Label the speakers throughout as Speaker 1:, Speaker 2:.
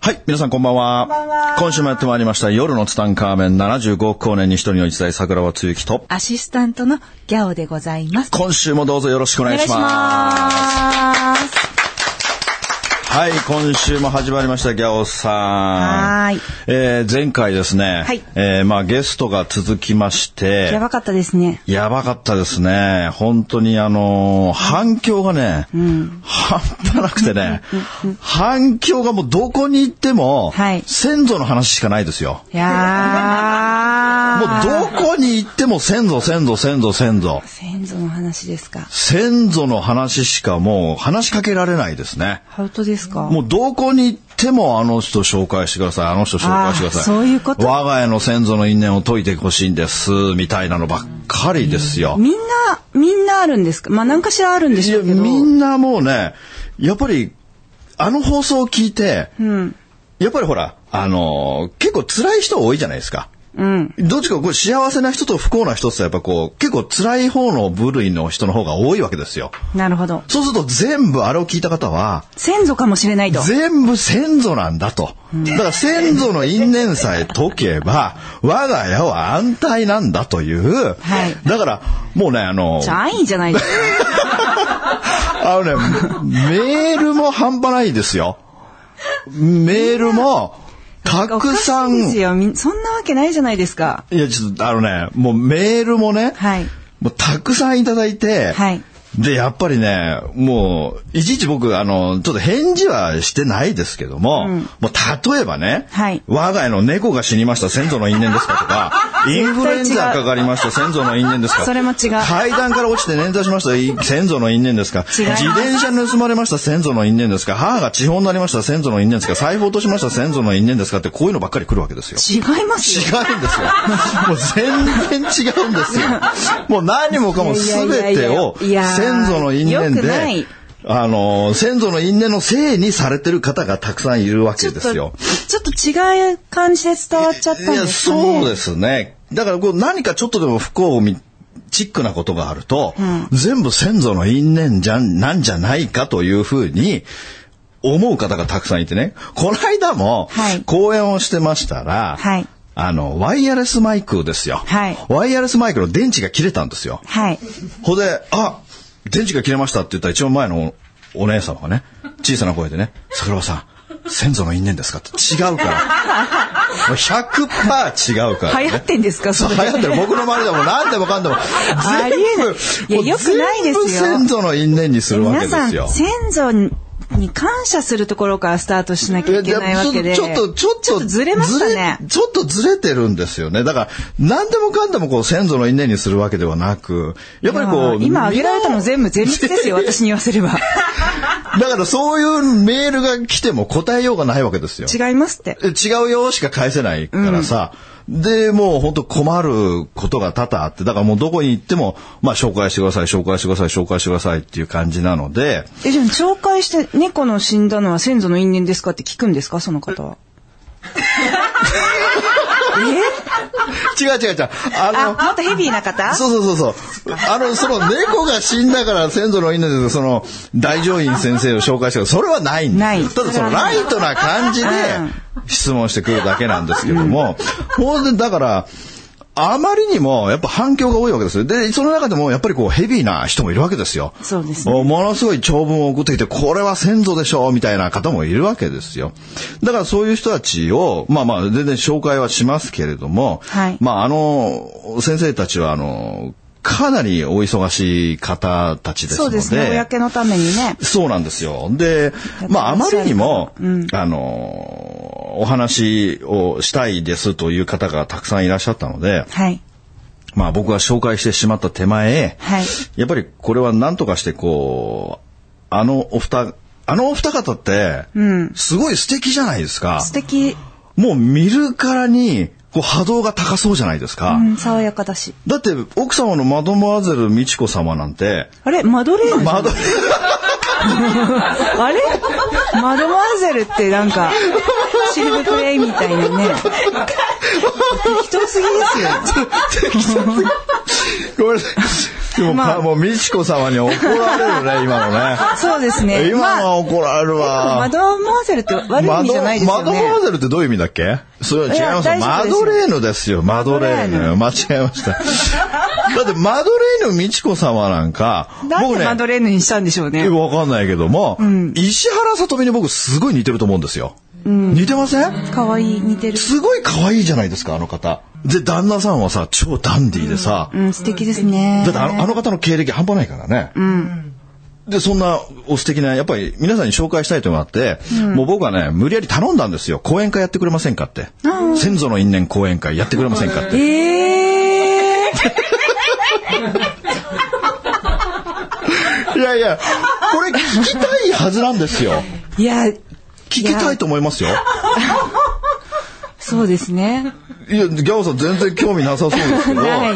Speaker 1: はい、皆さんこんばんは。今週もやってまいりました、夜のツタンカーメン75億光年に一人の一代桜庭つゆきと、
Speaker 2: アシスタントのギャオでございます。
Speaker 1: 今週もどうぞよろしくお願いします。
Speaker 2: ます。
Speaker 1: はい、今週も始まりました、ギャオさん。
Speaker 2: はーい
Speaker 1: えー前回ですね、
Speaker 2: はい
Speaker 1: えーまあゲストが続きまして、
Speaker 2: やばかったですね。
Speaker 1: やばかったですね。本当にあのー反響がね、半端なくてね、反響がもうどこに行っても、
Speaker 2: はい
Speaker 1: 先祖の話しかないですよ。
Speaker 2: いや
Speaker 1: も
Speaker 2: ー。
Speaker 1: うどこに行っても先祖先祖先祖先祖。
Speaker 2: 先祖の話ですか。
Speaker 1: 先祖の話しかもう話しかけられないですね。
Speaker 2: 本当ですか
Speaker 1: もうどこに行ってもあの人紹介してください、あの人紹介してください。
Speaker 2: あーそういうこと
Speaker 1: 我が家の先祖の因縁を解いてほしいんです、みたいなのばっかりですよ。
Speaker 2: みんな、みんなあるんですかまあ何かしらあるんで
Speaker 1: い
Speaker 2: し
Speaker 1: や
Speaker 2: ょうけど。
Speaker 1: みんなもうねやっぱりあの放送を聞いて、
Speaker 2: うん。
Speaker 1: やっぱりほらあのー結構辛い人多いじゃないですか。
Speaker 2: うん。
Speaker 1: どっちかこう幸せな人と不幸な人ってやっぱこう結構辛い方の部類の人の方が多いわけですよ。
Speaker 2: なるほど。
Speaker 1: そうすると全部あれを聞いた方は
Speaker 2: 先祖かもしれないと。
Speaker 1: 全部先祖なんだと。だから先祖の因縁さえ解けば我が家は安泰なんだという。
Speaker 2: はい
Speaker 1: だからもうねあの
Speaker 2: じゃあ、いいじゃないですか。
Speaker 1: あのね、メールも半端ないですよ。メールも、たくさん、
Speaker 2: おかしいです
Speaker 1: い
Speaker 2: よ。みんそんなわけないじゃないですか。
Speaker 1: や、ちょっと、あのね、もうメールもね、
Speaker 2: はい。
Speaker 1: もうたくさんいただいて、
Speaker 2: はい
Speaker 1: で、やっぱりね、もう、いちいち僕、あの、ちょっと返事はしてないですけども、
Speaker 2: うん
Speaker 1: もう例えばね、
Speaker 2: はい
Speaker 1: 我が家の猫が死にました、先祖の因縁ですかと か、インフルエンザかかりました、先祖の因縁ですか
Speaker 2: それも違う
Speaker 1: 階段から落ちて捻挫しましたい、 先祖の因縁ですか
Speaker 2: 違います
Speaker 1: 自転車盗まれました、先祖の因縁ですか母が地方になりました、先祖の因縁 ですか財布落としました、先祖の因縁ですかって、こういうのばっかり来るわけですよ。
Speaker 2: 違います
Speaker 1: 違
Speaker 2: よ。
Speaker 1: うんですよ。もう全然違うんですよ。もう何もかも全てを
Speaker 2: いやいやいやいや
Speaker 1: 先祖の因縁
Speaker 2: よくない
Speaker 1: で、あの、先祖の因縁のせいにされてる方がたくさんいるわ
Speaker 2: ち
Speaker 1: け
Speaker 2: ょっ
Speaker 1: で
Speaker 2: と、
Speaker 1: す
Speaker 2: ちょ。
Speaker 1: よ
Speaker 2: っと違う感じで伝わっちゃったん
Speaker 1: いや、
Speaker 2: ですかね。
Speaker 1: そうですね。だからこう何かちょっとでも不幸みチックなことがあると、全部先祖の因縁じゃん、なんじゃないかというふうに、思う方がたくさんいてね。この間も
Speaker 2: はい、
Speaker 1: 講演をしてましたら、
Speaker 2: はい
Speaker 1: あの、ワイヤレスマイクですよ。
Speaker 2: はい
Speaker 1: ワイヤレスマイクの電池が切れたんですよ。
Speaker 2: はい。
Speaker 1: ほんで、あ、電池が切れましたって言ったら一番前のおお姉様がね、小さな声でね、桜庭さん、先祖の因縁ですかって違うから。もう100%違うから、ね。
Speaker 2: 流行ってんですか
Speaker 1: そ
Speaker 2: そうれ
Speaker 1: 流。行ってる。僕の周りでも何でもかんでも。
Speaker 2: ありえないいや
Speaker 1: もう
Speaker 2: よくないですよ
Speaker 1: 全部先祖の因縁にするわ
Speaker 2: 皆
Speaker 1: けで
Speaker 2: さん
Speaker 1: すよ。
Speaker 2: 先祖に感謝するところからスタートしなきゃいけないわけで
Speaker 1: ちょっと、ちょっと、
Speaker 2: ちょっとずれましたね
Speaker 1: ずれちょっとずれてるんですよね。だから、何でもかんでもこう、先祖の因縁にするわけではなく、やっぱりこ、
Speaker 2: いうや今挙げられたの全部全滅 ですよ私に言わせれば
Speaker 1: だからそういうメールが来ても答えようがないわけですよ。
Speaker 2: 違いますって
Speaker 1: え違うよしか返せないからさ。で、もう本当困ることが多々あって、だからもうどこに行っても、まあ紹介してください、紹介してください、紹介してくださいっていう感じなので、
Speaker 2: えじゃあ紹介して猫の死んだのは先祖の因縁ですかって聞くんですかその方 は
Speaker 1: 違う違う違う、
Speaker 2: あ
Speaker 1: あ
Speaker 2: もっとヘビーな方
Speaker 1: の、そうそうそうそう、あの、その猫が死んだから先祖の因縁で、その、大乗院先生を紹介してください、それはないんです
Speaker 2: ない
Speaker 1: ただそのライトな感じで
Speaker 2: うん
Speaker 1: 質問してくるだけなんですけども、ほんで、だから、あまりにもやっぱ反響が多いわけですよ。で、その中でもやっぱりこうヘビーな人もいるわけですよ。
Speaker 2: そうですね
Speaker 1: もものすごい長文を送ってきて、これは先祖でしょうみたいな方もいるわけですよ。だからそういう人たちを、まあまあ全然紹介はしますけれども、
Speaker 2: はい
Speaker 1: まああの、先生たちはあの、かなりお忙しい方たちです
Speaker 2: そ
Speaker 1: の
Speaker 2: う
Speaker 1: で、
Speaker 2: ですね公のためにね
Speaker 1: そうなんですよ。で、まあ、あまりにも、あの、お話をしたいですという方がたくさんいらっしゃったので、
Speaker 2: はい
Speaker 1: まあ、僕が紹介してしまった手前、
Speaker 2: はい
Speaker 1: やっぱりこれは何とかして、こう、あのお二、あのお二方って
Speaker 2: う、ん
Speaker 1: すごい素敵じゃないですか。
Speaker 2: 素敵
Speaker 1: もう見るからに、こう波動が高そうじゃないですか。
Speaker 2: うん、爽やかだし。
Speaker 1: だって、奥様のマドモアゼル・美智子様なんて、
Speaker 2: あれマドレーヌ
Speaker 1: マド、
Speaker 2: あれマドモアゼルってなんか、シルブプレイみたいなね。適当すぎですよ。
Speaker 1: ごめんなさい。でも、
Speaker 2: まあ
Speaker 1: かもう美智子様に怒られるね、今のね。
Speaker 2: そうですね。
Speaker 1: 今
Speaker 2: ま
Speaker 1: の
Speaker 2: あ
Speaker 1: は怒られる
Speaker 2: マ
Speaker 1: わ。
Speaker 2: ドモアゼルって悪い意味じゃないですよ
Speaker 1: マド
Speaker 2: ね。
Speaker 1: マドマーゼルってどういう意味だっけそれは違いますよ。
Speaker 2: いや
Speaker 1: マ
Speaker 2: 大丈夫ですよ
Speaker 1: ドレーヌですよ。マドレーヌ。間違えました。だって、マドレーヌ美智子様なんか、
Speaker 2: なん
Speaker 1: 僕
Speaker 2: でマド
Speaker 1: ね、
Speaker 2: レーヌにしたんでしょうね。
Speaker 1: わかんないけども、石原さとみに僕すごい似てると思うんですよ。似てません
Speaker 2: 可愛い似てる。
Speaker 1: すごい可愛いじゃないですか、あの方。で、旦那さんはさ、超ダンディーでさ、
Speaker 2: うん、素敵ですね
Speaker 1: だっ。てあのあの方の経歴半端ないからね。で、そんなお素敵な、やっぱり皆さんに紹介したいというのがあって、もう僕はね、無理やり頼んだんですよ。講演会やってくれませんかって。先祖の因縁講演会やってくれませんかって。
Speaker 2: えー、
Speaker 1: いやいや、これ聞きたいはずなんですよ。
Speaker 2: いや、
Speaker 1: 聞きたいと思いますよ。
Speaker 2: そうですね。
Speaker 1: いや、ギャオさん全然興 味なさそうですけど。
Speaker 2: ない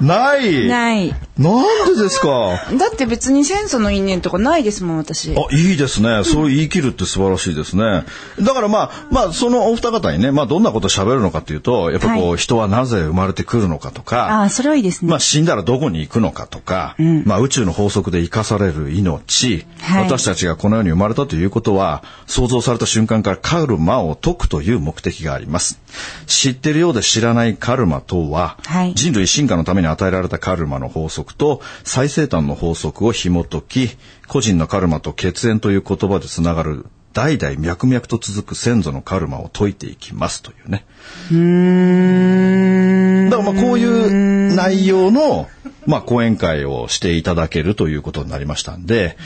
Speaker 1: ない。
Speaker 2: ない。
Speaker 1: なんでですか
Speaker 2: だって別に戦争の因縁とかないですもん、私。
Speaker 1: あ、いいですね。そう言い切るって素晴らしいですね。だからまあ、まあ、そのお二方にね、まあ、どんなことを喋るのかっていうと、やっぱこう、
Speaker 2: は
Speaker 1: 人はなぜ生まれてくるのかとか、
Speaker 2: ああ、それはいいですね。
Speaker 1: まあ、死んだらどこに行くのかとか、まあ、宇宙の法則で生かされる命、
Speaker 2: はい
Speaker 1: 私たちがこの世に生まれたということは、創造された瞬間からカルマを解くという目的があります。知ってるようで知らないカルマとは、
Speaker 2: はい
Speaker 1: 人類進化のために与えられたカルマの法則と最生端の法則を紐解き、個人のカルマと血縁という言葉でつながる代々脈々と続く先祖のカルマを解いていきますというね。だからまあこういう内容の、まあ講演会をしていただけるということになりましたんで、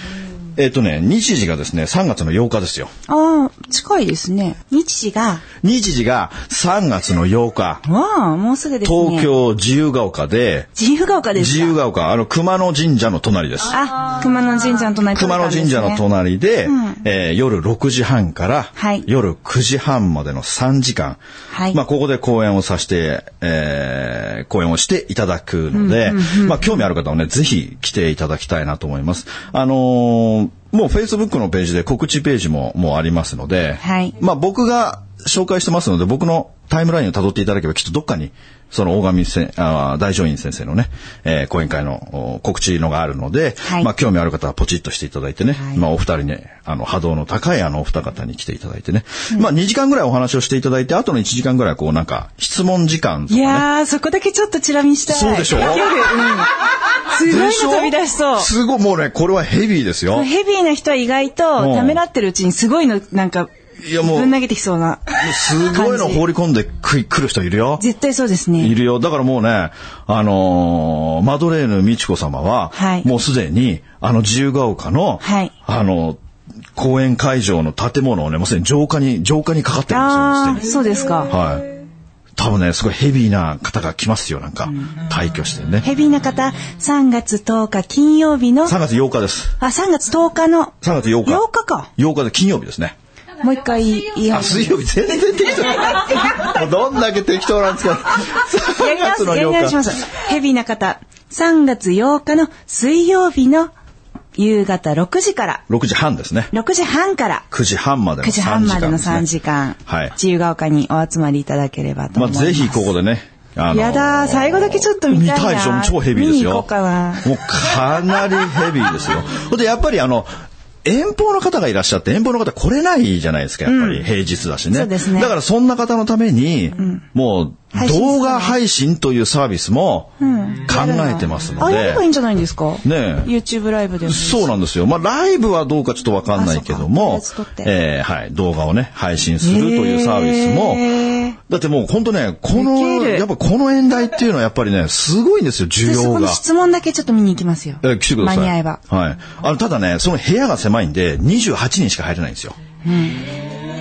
Speaker 1: えっ、とね、日時がですね、3月の8日ですよ。
Speaker 2: ああ、近いですね。日時が、
Speaker 1: 日時が3月の8日、
Speaker 2: わあ、もうすぐですね。
Speaker 1: 東。京自由が丘で、
Speaker 2: 自由が丘ですか。
Speaker 1: 自由が丘、あの熊野神社の隣です。
Speaker 2: あ、熊野神社の隣、
Speaker 1: 熊野神社の。隣で、
Speaker 2: ん
Speaker 1: えー夜6時半から、
Speaker 2: はい
Speaker 1: 夜9時半までの3時間、
Speaker 2: はい
Speaker 1: まあ、ここで講演をさせて、えー講演をしていただくので、まあ、興味ある方はね、ぜひ来ていただきたいなと思います。あのーもう Facebook のページで告知ページももうありますので、
Speaker 2: はい
Speaker 1: まあ、僕が紹介してますので、僕のタイムラインを辿っていただければ、きっとどっかに、その大神せあー大乗院先生のね、えー講演会のお告知のがあるので、
Speaker 2: はい
Speaker 1: まあ、興味ある方はポチッとしていただいてね、まあ、お二人ね、あの、波動の高いあのお二方に来ていただいてね、まあ、2時間ぐらいお話をしていただいて、あとの1時間ぐらい、こう、なんか、質問時間と
Speaker 2: い
Speaker 1: かね。
Speaker 2: やー、そこだけちょっとチラ見したい。
Speaker 1: そうでしょ
Speaker 2: 夜、うん。すごいの
Speaker 1: でしょ
Speaker 2: 飛び出しそう。
Speaker 1: すごい、もうね、これはヘビーですよ。
Speaker 2: ヘビーな人は意外
Speaker 1: うん
Speaker 2: と、ためらってるうちにすごいの、なんか、
Speaker 1: いやもう
Speaker 2: ぶん投げてきそうな。
Speaker 1: すごいの放り込んでくい来る人いるよ。
Speaker 2: 絶対そうです
Speaker 1: い
Speaker 2: ね。
Speaker 1: るよ。だからもうね、あのーマドレーヌ美智子様は、
Speaker 2: はい
Speaker 1: もうすでに、あの、自由が丘の、
Speaker 2: はい
Speaker 1: あの、公演会場の建物をね、もうすでに浄化に、浄化にかかってるんですよもうすで
Speaker 2: あ
Speaker 1: に
Speaker 2: あ、。そうですか。
Speaker 1: はい。多分ね、すごいヘビーな方が来ますよ、なんか。退去してね。
Speaker 2: ヘビーな方、3月10日金曜日の、あ、
Speaker 1: 3月8日です。
Speaker 2: 3月10日の、
Speaker 1: 3月8日。
Speaker 2: 8日か。
Speaker 1: 8日で金曜日ですね。
Speaker 2: もう一回言い
Speaker 1: あ、
Speaker 2: ます。
Speaker 1: 水曜日全然適当。もうどんだけ適当なんですか。
Speaker 2: や
Speaker 1: 3
Speaker 2: り直
Speaker 1: 月
Speaker 2: す、
Speaker 1: の
Speaker 2: やり直し
Speaker 1: 8
Speaker 2: ま
Speaker 1: 日。
Speaker 2: す。ヘビーな方、3月8日の水曜日の夕方6時から、
Speaker 1: 6時半ですね。
Speaker 2: 6時半から、
Speaker 1: 9時半までの
Speaker 2: 9
Speaker 1: 3
Speaker 2: 時
Speaker 1: 時
Speaker 2: 半
Speaker 1: 間です、ね。
Speaker 2: までの3時間、
Speaker 1: はい
Speaker 2: 自由が丘にお集まりいただければと
Speaker 1: まあ、
Speaker 2: 思います。
Speaker 1: ぜひここでね。あ
Speaker 2: やだー最後だけちょっと見たいな
Speaker 1: 見たいでしょ超ヘビーで
Speaker 2: 見
Speaker 1: すよ。
Speaker 2: に行こうかな
Speaker 1: もうかなりヘビーですよ。 ほんで、やっぱりあの、遠方の方がいらっしゃって、遠方の方来れないじゃないですか、やっぱり、平日だしね。
Speaker 2: そうですね
Speaker 1: だからそんな方のために、もう
Speaker 2: 配信する
Speaker 1: 動画配信というサービスも考えてますの
Speaker 2: あ、やれ
Speaker 1: で
Speaker 2: ばい、いんじゃないんですか
Speaker 1: ねえ
Speaker 2: ?YouTube ライブでも。
Speaker 1: そうなんですよ。まあ、ライブはどうかちょっとわかんないけども
Speaker 2: あそうかと、りあ
Speaker 1: えーはい、動画をね、配信するというサービスも、
Speaker 2: へー
Speaker 1: だってもう本当ね、こ
Speaker 2: で
Speaker 1: の、
Speaker 2: きる
Speaker 1: やっぱこの演題っていうのはやっぱりね、すごいんですよ、需
Speaker 2: でそ
Speaker 1: 要
Speaker 2: この
Speaker 1: が。
Speaker 2: 質問だけちょっと見に行きますよ。
Speaker 1: えー来てください。
Speaker 2: 間に合えば。
Speaker 1: はい。あの、ただね、その部屋が狭いんで、28人しか入れないんですよ。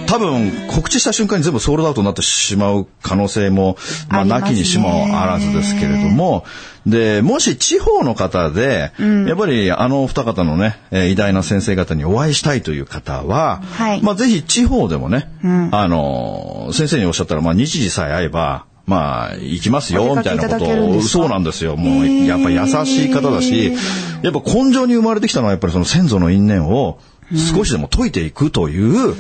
Speaker 1: 多分、告知した瞬間に全部ソールドアウトになってしまう可能性も、まあ、
Speaker 2: ありま
Speaker 1: な
Speaker 2: すね
Speaker 1: きにしもあらずですけれども、で、もし地方の方で、やっぱりあのお二方のね、えー偉大な先生方にお会いしたいという方は、
Speaker 2: はい
Speaker 1: まあ、ぜひ地方でもね、あのー、先生におっしゃったら、まあ、日時さえ合えば、まあ、行きますよ、
Speaker 2: お
Speaker 1: み
Speaker 2: 出
Speaker 1: た
Speaker 2: かけ
Speaker 1: いなこ
Speaker 2: いただけるん
Speaker 1: と
Speaker 2: で
Speaker 1: を。
Speaker 2: すか
Speaker 1: そうなんですよ。もう、やっぱ優しい方だし、やっぱ根性に生まれてきたのは、やっぱりその先祖の因縁を、少しでも解いていくという、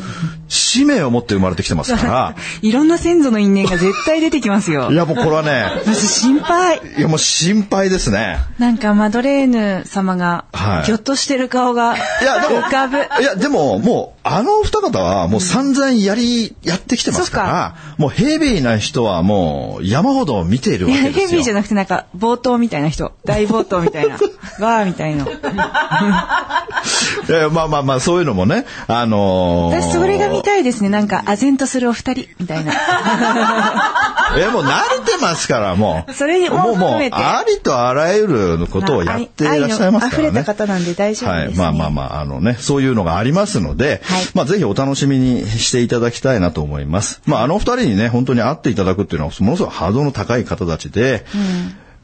Speaker 1: 使命を持って生まれてきてますか
Speaker 2: いろんな先祖の因縁が絶対出てきますよ
Speaker 1: ら、い。や、もうこれは ね、
Speaker 2: まず心配。
Speaker 1: いや、もう心配ですね。
Speaker 2: なんかマドレーヌ様が
Speaker 1: はい、
Speaker 2: ぎょっとしてる顔が
Speaker 1: いや、でも、
Speaker 2: 浮かぶ。
Speaker 1: いや、でも、もう、あのお二方は、もう散々やり、やってきてますから、もうヘビーな人はもう、山ほど見ているわ
Speaker 2: いや
Speaker 1: けですよ。
Speaker 2: ヘビーじゃなくてなんか冒頭みたいな人。大冒頭み たいな。わーみたいな。
Speaker 1: いやまあまあまあ、そういうのもね、あのー、
Speaker 2: 私それが見たいですね。なんか唖然とするお二人みたいな。
Speaker 1: え、もう慣れてますから、もう。
Speaker 2: それにも
Speaker 1: もう、も
Speaker 2: 含
Speaker 1: う
Speaker 2: め、て
Speaker 1: ありとあらゆることをやっていらっしゃいます
Speaker 2: まあ
Speaker 1: からね。
Speaker 2: 愛愛の溢れた方なんで大丈夫ですね
Speaker 1: はい。まあまあまあ、あのね、そういうのがありますので、
Speaker 2: はい
Speaker 1: まあぜひお楽しみにしていただきたいなと思います。まああの二人にね、本当に会っていただくっていうのは、ものすごい波動の高い方たちで、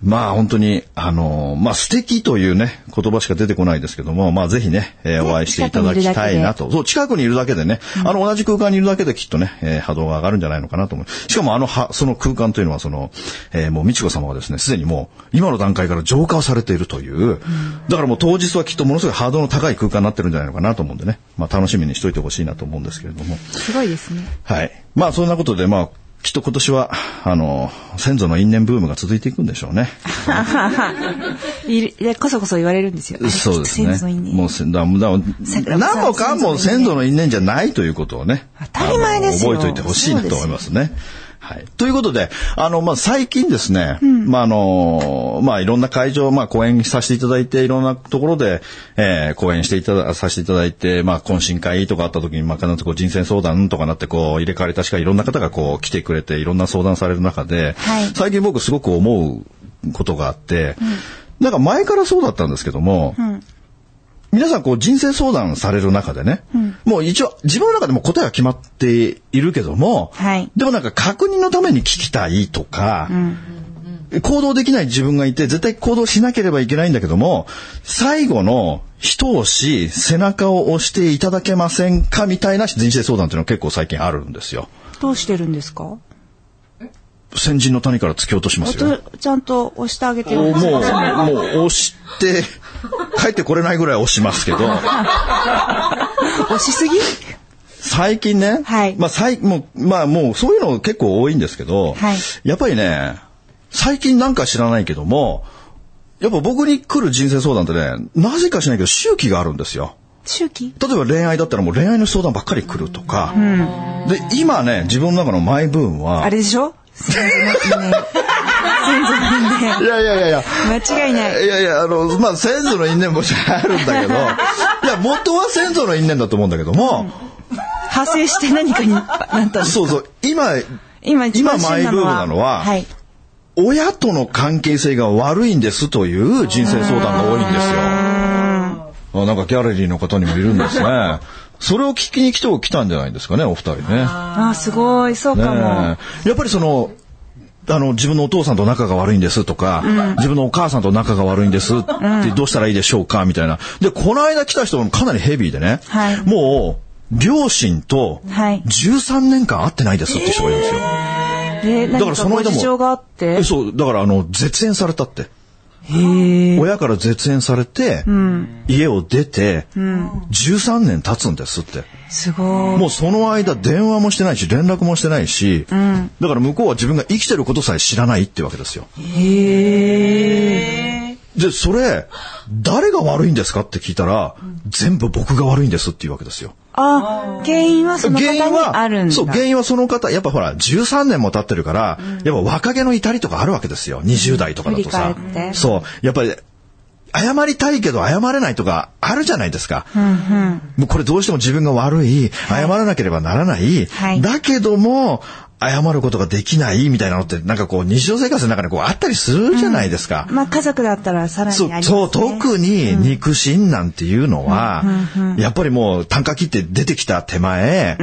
Speaker 1: まあ本当に、あのまあ素敵というね、言葉しか出てこないですけども、まあぜひね、えーお会いしていただきたいなと。そう、近くにいるだけでね、あの同じ空間にいるだけできっとね、えー波動が上がるんじゃないのかなと思う。しかもあのは、その空間というのはその、えーもう美智子様はですね、すでにもう今の段階から浄化をされているという、だからもう当日はきっとものすごい波動の高い空間になってるんじゃないのかなと思うんでね、まあ楽しみにしといてほしいなと思うんですけれども。
Speaker 2: すごいですね。
Speaker 1: はい。まあそんなことで、まあ、きっと今年は、あの、先祖の因縁ブームが続いていくんでしょうね。
Speaker 2: いるいやこそこそ言われるんですよ。あれ
Speaker 1: そうですね。
Speaker 2: 先祖の因縁
Speaker 1: もうせんだ、だ、
Speaker 2: 桜庭さん
Speaker 1: 何もかも先祖の因縁じゃないということをね。
Speaker 2: 当たり前ですよ
Speaker 1: あの覚えておいてほしいなと思いますね。はい。ということで、あの、まあ、最近ですね、まあ、あの、まあ、いろんな会場、まあ、講演させていただいて、いろんなところで、えー、講演していただ、させていただいて、まあ、懇親会とかあった時に、まあ、必ずこう、人選相談とかなって、こう、入れ替わり確かいろんな方がこう、来てくれて、いろんな相談される中で、
Speaker 2: はい
Speaker 1: 最近僕すごく思うことがあって、なんか前からそうだったんですけども、皆さんこう人生相談される中でね、もう一応自分の中でも答えは決まっているけども、
Speaker 2: はい
Speaker 1: でもなんか確認のために聞きたいとか、行動できない自分がいて絶対行動しなければいけないんだけども、最後の一押し背中を押していただけませんかみたいな人生相談っていうのは結構最近あるんですよ。
Speaker 2: どうしてるんですか
Speaker 1: 先人の谷から突き落としますよ。
Speaker 2: 音ちゃんと押してあげてる
Speaker 1: も
Speaker 2: ん
Speaker 1: う、
Speaker 2: です
Speaker 1: もう
Speaker 2: か
Speaker 1: 押して、帰ってこれないぐらい押します けど、
Speaker 2: 押しすぎ
Speaker 1: 最近ね、
Speaker 2: はい
Speaker 1: まあ、最、もう、まあ、もう、そういうの結構多いんですけど、
Speaker 2: はい
Speaker 1: やっぱりね、最近なんか知らないけども、やっぱ僕に来る人生相談ってね、なぜか知らないけど、周期があるんですよ。
Speaker 2: 周期
Speaker 1: 例えば恋愛だったらもう恋愛の相談ばっかり来るとか、で、今ね、自分の中のマイブームは、
Speaker 2: あれでしょ先祖の因縁。先祖の因
Speaker 1: いやいやいやいや、
Speaker 2: 縁。間違いない。
Speaker 1: いやいや、あの、 まあ、先祖の因縁もあるんだけど、いや、元は先祖の因縁だと思うんだけども、
Speaker 2: 派生して何かになったんです
Speaker 1: そうそう、今、
Speaker 2: 今一番
Speaker 1: 今マ
Speaker 2: 旬
Speaker 1: イ
Speaker 2: な
Speaker 1: ブー
Speaker 2: の
Speaker 1: ム
Speaker 2: は
Speaker 1: なのは、
Speaker 2: はい。
Speaker 1: 親との関係性が悪いんですという人生相談が多いんですよ。あなんかギャラリーの方にもいるんですね。それを聞きに来て来たんじゃないんですかね、お二人ね。
Speaker 2: あーすごい、そう
Speaker 1: ね
Speaker 2: かも。
Speaker 1: えやっぱりその、あの、自分のお父さんと仲が悪いんですとか、自分のお母さんと仲が悪いんですってどうしたらいいでしょうかみたいな。で、この間来た人もかなりヘビーでね、
Speaker 2: はい
Speaker 1: もう、両親と
Speaker 2: はい
Speaker 1: 13年間会ってないですって人がいるんですよ。
Speaker 2: え、
Speaker 1: だか
Speaker 2: 何か
Speaker 1: らその
Speaker 2: ご
Speaker 1: 間も
Speaker 2: 事情があって
Speaker 1: え。そう、だからあの、絶縁されたって。
Speaker 2: へえ。
Speaker 1: 親から絶縁されて、家を出て、13年経つんですって。
Speaker 2: すごい。
Speaker 1: もうその間電話もしてないし、連絡もしてないし、だから向こうは自分が生きてることさえ知らないってわけですよ。
Speaker 2: へえ。
Speaker 1: で、それ、誰が悪いんですかって聞いたら、全部僕が悪いんですっていうわけですよ。
Speaker 2: あ、原因はその方
Speaker 1: 原
Speaker 2: に
Speaker 1: 因
Speaker 2: あるん
Speaker 1: は、
Speaker 2: だ。
Speaker 1: そう、原因はその方、やっぱほら、13年も経ってるから、やっぱ若気の至りとかあるわけですよ。20代とかだとさ
Speaker 2: 振り返っ。て
Speaker 1: そう、やっぱり、謝りたいけど謝れないとかあるじゃないですか。もうこれどうしても自分が悪い、謝らなければならない、
Speaker 2: はい
Speaker 1: だけども、謝ることができないみたいなのって、なんかこう、日常生活の中にこう、あったりするじゃないですか。
Speaker 2: まあ家族だったらさらにあり
Speaker 1: そ
Speaker 2: ま
Speaker 1: う、
Speaker 2: すね。
Speaker 1: そう、特に肉親なんていうのは、やっぱりもう単価切って出てきた手前、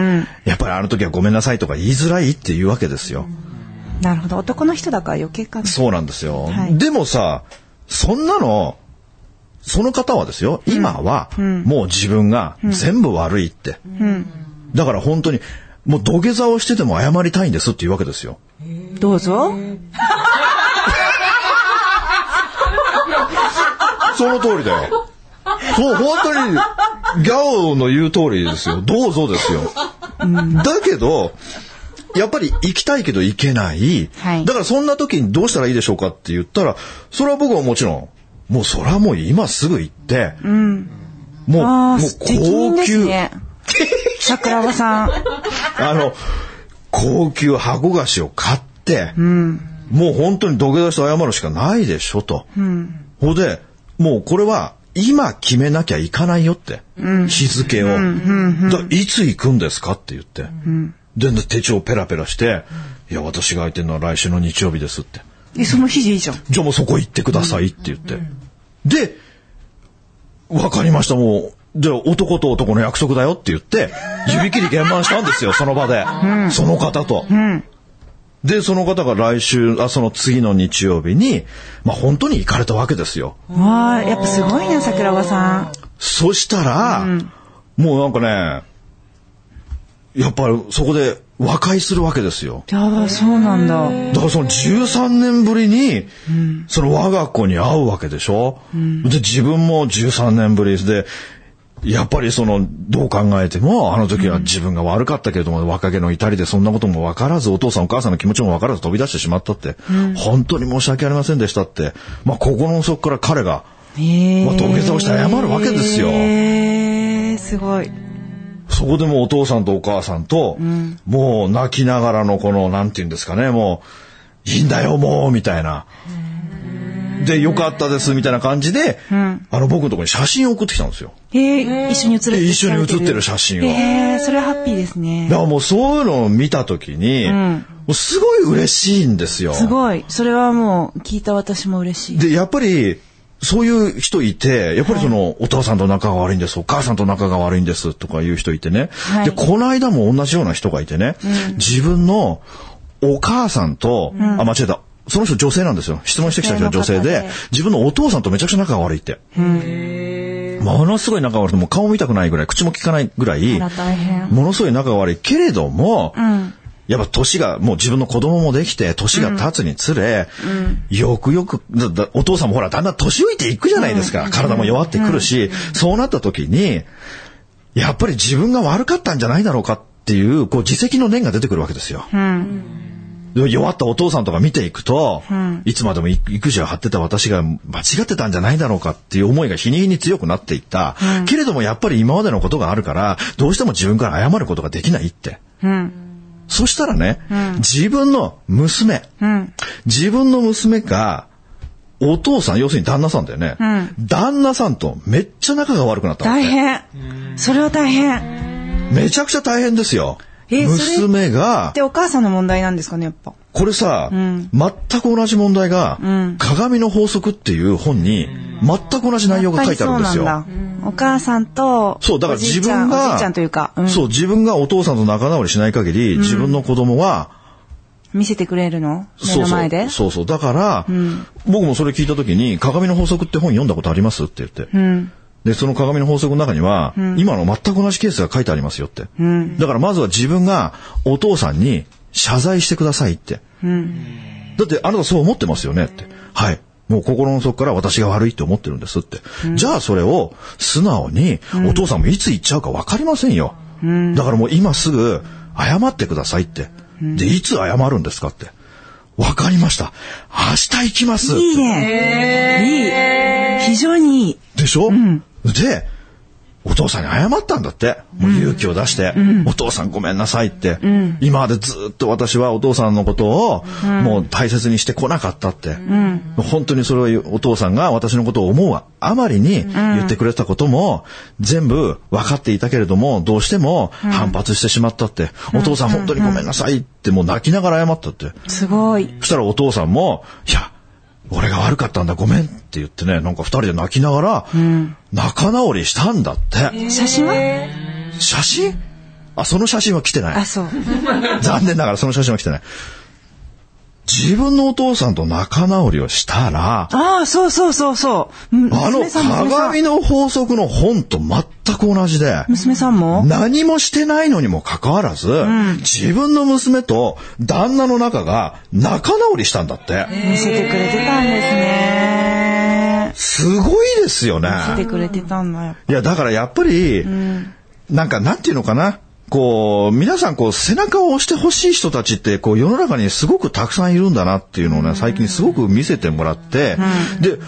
Speaker 1: やっぱりあの時はごめんなさいとか言いづらいっていうわけですよ。
Speaker 2: なるほど。男の人だから余計かな。
Speaker 1: そうなんですよ。
Speaker 2: はい
Speaker 1: でもさ、そんなの、その方はですよ、今は、もう自分が全部悪いって。だから本当に、もう土下座をしてても謝りたいんですっていうわけですよ。
Speaker 2: どうぞ。
Speaker 1: その通りだよ。そう、本当に、ギャオの言う通りですよ。どうぞですよ。だけど、やっぱり行きたいけど行けない。
Speaker 2: はい
Speaker 1: だからそんな時にどうしたらいいでしょうかって言ったら、それは僕はもちろん、もうそれはもう今すぐ行って、もう、
Speaker 2: あ
Speaker 1: もう
Speaker 2: あ、適任
Speaker 1: 高
Speaker 2: です
Speaker 1: 級、
Speaker 2: ね。桜庭さん。
Speaker 1: あの、高級箱菓子を買って、もう本当に土下座して謝るしかないでしょと。ほ、で、もうこれは今決めなきゃいかないよって。日付を、だからいつ行くんですかって言って。で、手帳ペラペラして、いや、私が空いてるのは来週の日曜日ですって。
Speaker 2: え、その日でいいじゃん。
Speaker 1: じゃあもうそこ行ってくださいって言って。で、わかりました、もう。じゃあ男と男の約束だよって言って、指切り現満したんですよ、その場で。その方と。で、その方が来週、あ、その次の日曜日に、まあ本当に行かれたわけですよ。
Speaker 2: わあ、やっぱすごいな、桜庭さん。
Speaker 1: そしたら、もうなんかね、やっぱりそこで和解するわけですよ。
Speaker 2: やばい、そうなんだ。
Speaker 1: だからその13年ぶりに、その我が子に会うわけでしょ、で、自分も13年ぶりで、やっぱりその、どう考えても、あの時は自分が悪かったけれども、若気の至りでそんなことも分からず、お父さんお母さんの気持ちも分からず飛び出してしまったって、本当に申し訳ありませんでしたって、まあ、心の底から彼が、
Speaker 2: へえ。
Speaker 1: まあ土下座をして謝るわけですよ
Speaker 2: へえ、すごい。
Speaker 1: そこでもうお父さんとお母さんと、もう泣きながらのこの、なんて言うんですかね、もう、いいんだよ、もう、みたいな。で、よかったです、みたいな感じで、あの、僕のところに写真を送ってきたんですよ。
Speaker 2: へえ、一緒に写る
Speaker 1: で一緒に写ってる写真を。
Speaker 2: へえ、それはハッピーです
Speaker 1: だ
Speaker 2: ね。
Speaker 1: からもうそういうのを見たときに、もうすごい嬉しいんですよ。
Speaker 2: すごい。それはもう、聞いた私も嬉しい。
Speaker 1: で、やっぱり、そういう人いて、やっぱりその、お父さんと仲が悪いんです、お母さんと仲が悪いんです、とかいう人いてね。
Speaker 2: はい
Speaker 1: で、この間も同じような人がいてね、自分のお母さんと、あ、間違えた。その人女性なんですよ。質問してきた人は女性
Speaker 2: 女性の
Speaker 1: で
Speaker 2: 方で、
Speaker 1: 自分のお父さんとめちゃくちゃ仲が悪いって。ものすごい仲が悪くて、もう顔見たくないぐらい、口も聞かないぐらい、
Speaker 2: あら大変。
Speaker 1: ものすごい仲が悪いけれども、やっぱ年が、もう自分の子供もできて、年が経つにつれ、よくよくだだお父さんもほら、だんだん年老いていくじゃないですか。体も弱ってくるし、そうなった時に、やっぱり自分が悪かったんじゃないだろうかっていう、こう、自責の念が出てくるわけですよ。
Speaker 2: うん。
Speaker 1: で弱ったお父さんとか見ていくと、いつまでも育児を張ってた私が間違ってたんじゃないだろうかっていう思いが日に日に強くなっていった。けれどもやっぱり今までのことがあるから、どうしても自分から謝ることができないって。
Speaker 2: うん。
Speaker 1: そしたらね、自分の娘、
Speaker 2: うん。
Speaker 1: 自分の娘が、お父さん、要するに旦那さんだよね。旦那さんとめっちゃ仲が悪くなったの
Speaker 2: 大変。それは大変。
Speaker 1: めちゃくちゃ大変ですよ。
Speaker 2: えそれ
Speaker 1: 娘が、
Speaker 2: で、お母さんの問題なんですかね、やっぱ。
Speaker 1: これさ、全く同じ問題が、鏡の法則っていう本に、全く同じ内容が書いてあるんですよ。
Speaker 2: やっぱりそうなんだ。お母さんと、
Speaker 1: そう、だから
Speaker 2: おじ
Speaker 1: 自
Speaker 2: いちゃん
Speaker 1: 分が、
Speaker 2: おじいちゃんというか、うん
Speaker 1: そう、自分がお父さんと仲直りしない限り、自分の子供は、
Speaker 2: 見せてくれるの目
Speaker 1: そう
Speaker 2: の
Speaker 1: そ
Speaker 2: 前で
Speaker 1: う。そうそう。だから、僕もそれ聞いた時に、鏡の法則って本読んだことありますって言って。
Speaker 2: ん
Speaker 1: で、その鏡の法則の中には、今の全く同じケースが書いてありますよって。だからまずは自分がお父さんに謝罪してくださいって。だってあなたそう思ってますよねって。はい。もう心の底から私が悪いって思ってるんですって。じゃあそれを素直に、お父さんもいつ行っちゃうか分かりませんよ。だからもう今すぐ謝ってくださいって。で、いつ謝るんですかって。わかりました。明日行きます。
Speaker 2: いいね。いい。非常にいい。
Speaker 1: でしょ、で、お父さんに謝ったんだって。もう勇気を出して、お父さんごめんなさいって、今までずっと私はお父さんのことを、もう大切にしてこなかったって。本当にそれをお父さんが私のことを思うあまりに言ってくれたことも、全部分かっていたけれども、どうしても反発してしまったって。お父さん本当にごめんなさいって、もう泣きながら謝ったって。
Speaker 2: すごい。
Speaker 1: そしたらお父さんも、いや、俺が悪かったんだ、ごめんって言ってね、なんか二人で泣きながら、仲直りしたんだって。
Speaker 2: 写真は
Speaker 1: 写真あ、その写真は来てな
Speaker 2: あ、
Speaker 1: い。
Speaker 2: そう。
Speaker 1: 残念ながらその写真は来てない。自分のお父さんと仲直りをしたら、
Speaker 2: ああ、そうそうそうそう。うん
Speaker 1: あの
Speaker 2: 娘さんも娘さん
Speaker 1: 鏡の法則の本と全く同じで、
Speaker 2: 娘さんも
Speaker 1: 何もしてないのにもかかわらず、自分の娘と旦那の仲が仲直りしたんだって。
Speaker 2: 見せてくれてたんですね。
Speaker 1: すごいですよね。
Speaker 2: 見せてくれてたんだよ。
Speaker 1: いや、だからやっぱり、なんか、なんていうのかな。こう、皆さん、こう、背中を押してほしい人たちって、こう、世の中にすごくたくさんいるんだなっていうのをね、最近すごく見せてもらって、で、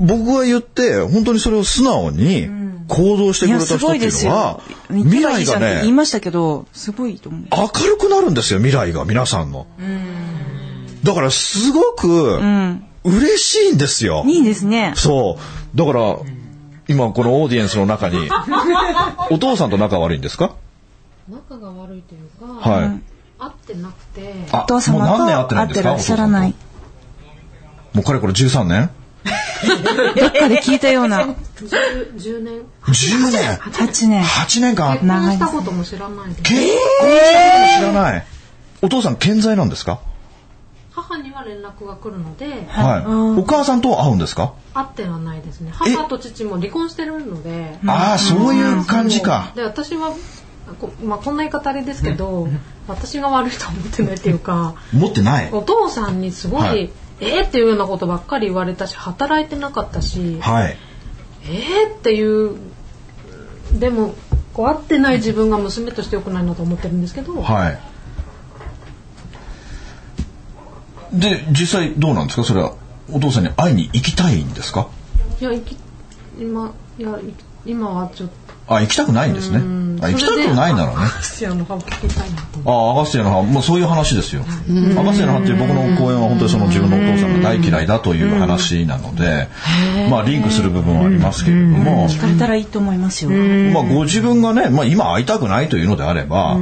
Speaker 1: 僕が言って、本当にそれを素直に行動して
Speaker 2: い
Speaker 1: くれ
Speaker 2: や、
Speaker 1: た人
Speaker 2: す
Speaker 1: って
Speaker 2: ごいで
Speaker 1: いう
Speaker 2: す
Speaker 1: の
Speaker 2: よ
Speaker 1: は、。
Speaker 2: 言って
Speaker 1: 未
Speaker 2: ばい
Speaker 1: 来
Speaker 2: いじゃ
Speaker 1: が
Speaker 2: んって言い
Speaker 1: ね、
Speaker 2: ましたけど、すごいと思う。
Speaker 1: 明るくなるんですよ、未来が、皆さんの。だから、すごく、嬉しいんですよ。
Speaker 2: いいですね。
Speaker 1: そう。だから、今このオーディエンスの中に、お父さんと仲悪いんですか
Speaker 3: 仲が悪いというか、
Speaker 1: はい。
Speaker 3: 会ってなくて
Speaker 1: あ
Speaker 2: お父様
Speaker 1: もう何
Speaker 2: と
Speaker 1: 年会って
Speaker 2: 会
Speaker 1: ないん
Speaker 2: っ
Speaker 1: です
Speaker 2: て
Speaker 1: から
Speaker 2: っしゃらない。
Speaker 1: お父さんともうかれこれ13年
Speaker 2: どっかで聞いたよう な。
Speaker 3: 10, 10年
Speaker 1: ?10 年
Speaker 2: 8年。
Speaker 1: !8 年間
Speaker 3: 結
Speaker 1: 結
Speaker 3: 婚したことも知らないです
Speaker 1: 婚してるの知らない。お父さん健在なんですか
Speaker 3: 母には連絡が来るので
Speaker 1: はい。お母さんとは会うんですか
Speaker 3: 会ってはないですね母と父も離婚してるので
Speaker 1: ああ、そういう感じか。
Speaker 3: で私はこ,、まあ、こんな言い方あれですけど私が悪いとは思ってないっていうか
Speaker 1: 持ってない。
Speaker 3: お父さんにすごい、
Speaker 1: はい
Speaker 3: えー、っていうようなことばっかり言われたし働いてなかったし、
Speaker 1: はい。
Speaker 3: えー、っていうでもこう会ってない自分が娘としてよくないなと思ってるんですけど、
Speaker 1: はい。で、実際どうなんですかそれは、お父さんに会いに行きたいんですか
Speaker 3: いや行き今いや行き今はちょっと
Speaker 1: あ、行きたくないんですね。あ行きたくないならね。
Speaker 3: 父親の歯を聞きたいなと
Speaker 1: ああ、アガスティアの葉、もうそういう話ですよ。アガスティアの葉っていう僕の講演は本当にその自分のお父さんが大嫌いだという話なので、まあリンクする部分はありますけれども、
Speaker 2: 聞かれたらいいと思いますよ。
Speaker 1: まあご自分がね、まあ今会いたくないというのであれば、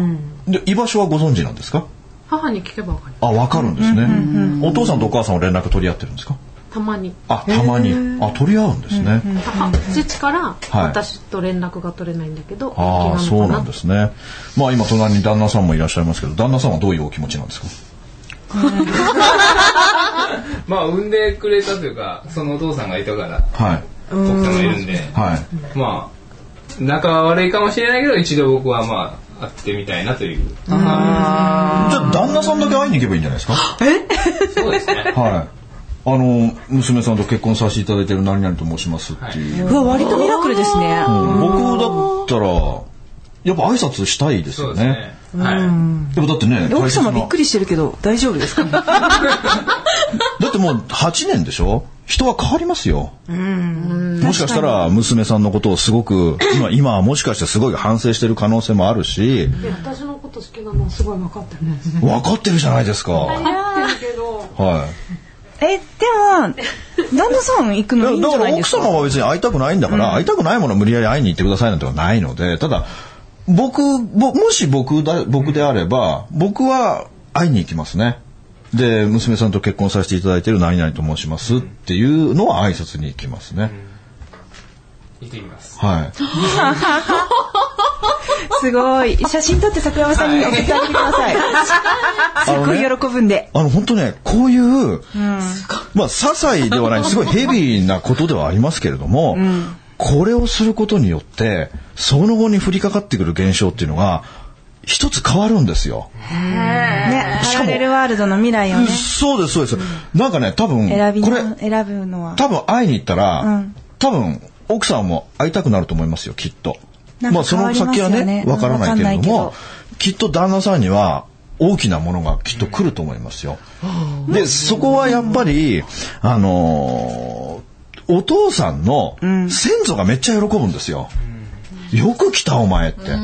Speaker 1: で居場所はご存知なんですか
Speaker 3: 母に聞けばわかります
Speaker 1: あ、わかるんですね。お父さんとお母さんは連絡取り合ってるんですか
Speaker 3: たまに
Speaker 1: あ、たまに。あ、取り合うんですね。
Speaker 3: 母父から私と連絡が取れないんだけど、
Speaker 1: ああ、
Speaker 3: 気
Speaker 1: そう
Speaker 3: の
Speaker 1: なんですね。まあ今隣に旦那さんもいらっしゃいますけど、旦那さんはどういうお気持ちなんですか
Speaker 4: まあ産んでくれたというかそのお父さんがいたから
Speaker 1: はい。
Speaker 4: 奥さんがいるんで
Speaker 1: はい。
Speaker 4: まあ仲は悪いかもしれないけど一度僕はまあ会ってみたいなという
Speaker 1: じゃあ旦那さんだけ会いに行けばいいんじゃないですか
Speaker 4: そうですね
Speaker 1: はい。あの娘さんと結婚させていただいてる何々と申しますっていう、
Speaker 2: うわ、割とミラクルですね。
Speaker 1: 僕だったらやっぱ挨拶したいです
Speaker 4: そう
Speaker 1: よ
Speaker 4: ですね
Speaker 1: ね。
Speaker 4: は
Speaker 1: でもだってね、
Speaker 2: 奥様
Speaker 1: 大切な
Speaker 2: びっくりしてるけど、大丈夫ですか
Speaker 1: だってもう8年でしょ人は変わりますよ。もしかしたら娘さんのことをすごく、今、今はもしかしてすごい反省してる可能性もあるし、
Speaker 3: で私のこと好きなのはすごい分かってるんです
Speaker 1: 分かってるじゃないですか。は
Speaker 3: 分かってるけど
Speaker 1: い。
Speaker 2: え、でも、旦那さん行くのいいんじ
Speaker 1: だ
Speaker 2: ゃ
Speaker 1: か
Speaker 2: な
Speaker 1: ら
Speaker 2: いで
Speaker 1: 奥
Speaker 2: すか
Speaker 1: 様は別に会いたくないんだから、会いたくないものは無理やり会いに行ってくださいなんてことはないので、ただ、僕、ぼもし僕だ、僕であれば、僕は会いに行きますね。で、娘さんと結婚させていただいてる何々と申しますっていうのは挨拶に行きますね。
Speaker 4: い行ってきます
Speaker 1: はい。
Speaker 2: すごい。写真撮って桜庭さんに送ってあげてくだ さい。すっごい喜ぶんで。
Speaker 1: あの、本当ね、こういう、まあ、些細ではない、すごいヘビーなことではありますけれども、これをすることによって、その後に降りかかってくる現象っていうのが、一つ変わるんですよ。
Speaker 2: ね、
Speaker 1: し
Speaker 2: パ
Speaker 1: かも
Speaker 2: ラレルワールドの未来をね、
Speaker 1: そうです、そうです。なんかね、多分、
Speaker 2: 選び
Speaker 1: こ
Speaker 2: の、
Speaker 1: れ、
Speaker 2: 選ぶのは。
Speaker 1: 多分会いに行ったら、
Speaker 2: うん
Speaker 1: 多分奥さんも会いたくなると思いますよきっと。
Speaker 2: なんか
Speaker 1: まあその先
Speaker 2: 変わ
Speaker 1: は
Speaker 2: りますよね
Speaker 1: ねわからない
Speaker 2: うん
Speaker 1: けれども
Speaker 2: わかんない
Speaker 1: きっと旦那さんには大きなものがきっと来ると思いますよ。でそこはやっぱりあのーお父さんの先祖がめっちゃ喜ぶんですよ。よく来たお前って。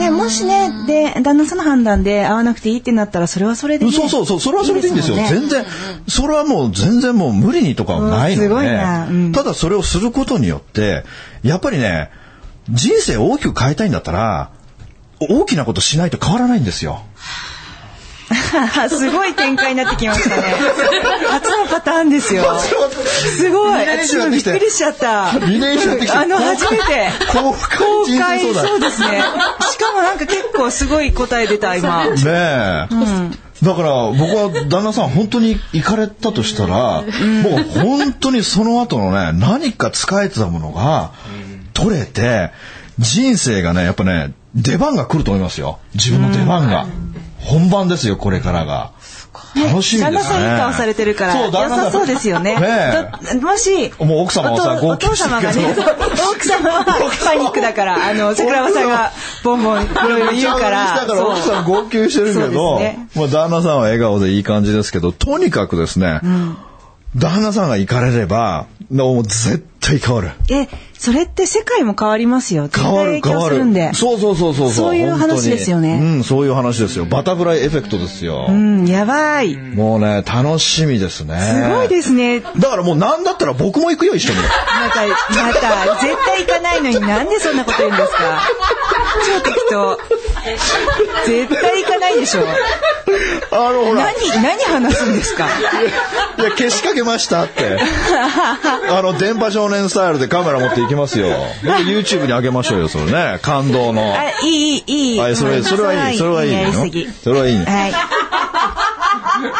Speaker 2: ね、もしね、で、旦那さんの判断で会わなくていいってなったら、それはそれでね。
Speaker 1: そうそうそう、それはそれでいいんですよ。
Speaker 2: いいですもん
Speaker 1: 全然、それはもう全然もう無理にとかはないので、
Speaker 2: うんすごいなうん
Speaker 1: ただそれをすることによって、やっぱりね、人生を大きく変えたいんだったら、大きなことしないと変わらないんです よ。
Speaker 2: すごい展開になってきま したね。初のパターンですよ。すごい。
Speaker 1: 年
Speaker 2: ち
Speaker 1: 生
Speaker 2: ょっと
Speaker 1: やって
Speaker 2: び
Speaker 1: き
Speaker 2: ってくりしちゃった。
Speaker 1: リレーションってきて
Speaker 2: あの、初めて。
Speaker 1: 公開
Speaker 2: 公
Speaker 1: 人
Speaker 2: 開
Speaker 1: 生相
Speaker 2: そう
Speaker 1: 談。
Speaker 2: ですね。しかもなんか結構すごい答え出た、今。
Speaker 1: ねえ、だから僕は旦那さん本当に行かれたとしたら、もう本当にその後のね、何か使えてたものが取れて、人生がね、やっぱね、出番が来ると思いますよ。自分の出番が。本番ですよ、これからが。楽しみですね。
Speaker 2: 旦那さんに顔されてるから、
Speaker 1: そ
Speaker 2: 良
Speaker 1: う旦那さん
Speaker 2: さそうですよね。
Speaker 1: ね
Speaker 2: だもし、
Speaker 1: もう奥様はさ
Speaker 2: お父
Speaker 1: 号泣
Speaker 2: お父
Speaker 1: して
Speaker 2: 様
Speaker 1: るけ
Speaker 2: がね、
Speaker 1: ど
Speaker 2: 奥様はパニックだから、あの、桜庭さんがボンボンいろいろ言うから、
Speaker 1: だから奥
Speaker 2: そう
Speaker 1: さん号泣してるけ
Speaker 2: そう
Speaker 1: ど、
Speaker 2: ですね
Speaker 1: まあ旦那さんは笑顔でいい感じですけど、とにかくですね、旦那さんが行かれれば、もう絶対変わる。
Speaker 2: え、それって世界も変わりますよ。
Speaker 1: 変わる
Speaker 2: 絶対
Speaker 1: 変わ
Speaker 2: 影響するんで
Speaker 1: る。。そうそうそうそう
Speaker 2: そういう話
Speaker 1: 本当に
Speaker 2: ですよね
Speaker 1: うん、そういう話ですよ。バタフライエフェクトですよ。
Speaker 2: うん、やばい。
Speaker 1: もうね、楽しみですね。
Speaker 2: すごいですね。
Speaker 1: だからもうなんだったら僕も行くよ、一緒に。
Speaker 2: また、また、絶対行かないのになんでそんなこと言うんですか超適当。絶対行かないでしょ。
Speaker 1: あの、ほら、い
Speaker 2: 何、何話すんです か
Speaker 1: や、消しかけまし たって。あの、電波少年スタイルでカメラ持って行きますよ。で YouTube にあげましょうよ、それね。感動の。
Speaker 2: あ、いい、いい、いい。
Speaker 1: はいそれそれはいいそれはいい
Speaker 2: やりすぎ
Speaker 1: よそれはいいね
Speaker 2: はい。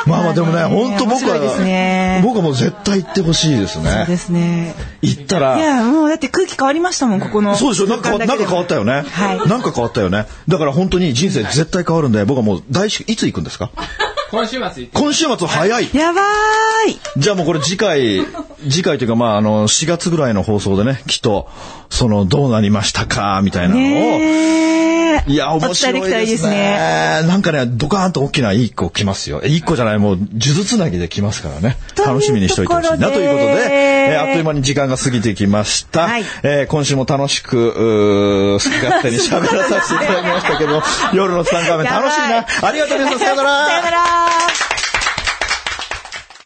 Speaker 1: まあまあでもね、本当
Speaker 2: 面
Speaker 1: 僕
Speaker 2: 白いですね
Speaker 1: は、僕はもう絶対行ってほしいです
Speaker 2: そうで
Speaker 1: ね。
Speaker 2: すね。
Speaker 1: 行った
Speaker 2: い
Speaker 1: ら、
Speaker 2: や、もうだって空気変わりましたもん、ここの。
Speaker 1: そうでしょ、なんか
Speaker 2: 空間
Speaker 1: なん
Speaker 2: だ
Speaker 1: か
Speaker 2: けでも
Speaker 1: 変わったよね。
Speaker 2: はい
Speaker 1: なんか変わったよね。だから本当に人生絶対変わるんで、僕はもう大好きいつ行くんですか
Speaker 4: 今週末行って
Speaker 1: 今週末早い
Speaker 2: やばーい。
Speaker 1: じゃあもうこれ次回、次回というかまああの、4月ぐらいの放送でね、きっと、その、どうなりましたか、みたいなのを、
Speaker 2: ねえ。
Speaker 1: いや、面白い
Speaker 2: お伝えできたらいい
Speaker 1: で
Speaker 2: ですすね。
Speaker 1: ね。なんかね、ドカーンと大きな一個来ますよ。え一個じゃない、もう、数珠つなぎで来ますからね。
Speaker 2: という
Speaker 1: 楽しみにしておいてほしいな
Speaker 2: ところ
Speaker 1: と
Speaker 2: で
Speaker 1: いうことで、えーあっという間に時間が過ぎてきました。
Speaker 2: はい
Speaker 1: えー今週も楽しく、うー好き勝手に喋らさせていただきました けど、夜の3回目楽しい
Speaker 2: や
Speaker 1: な。ありがとうございます。さよな ら。
Speaker 2: さよなら。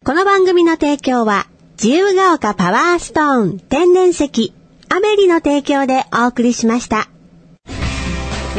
Speaker 5: この番組の提供は、自由が丘パワーストーン天然石、アメリの提供でお送りしました。
Speaker 6: ス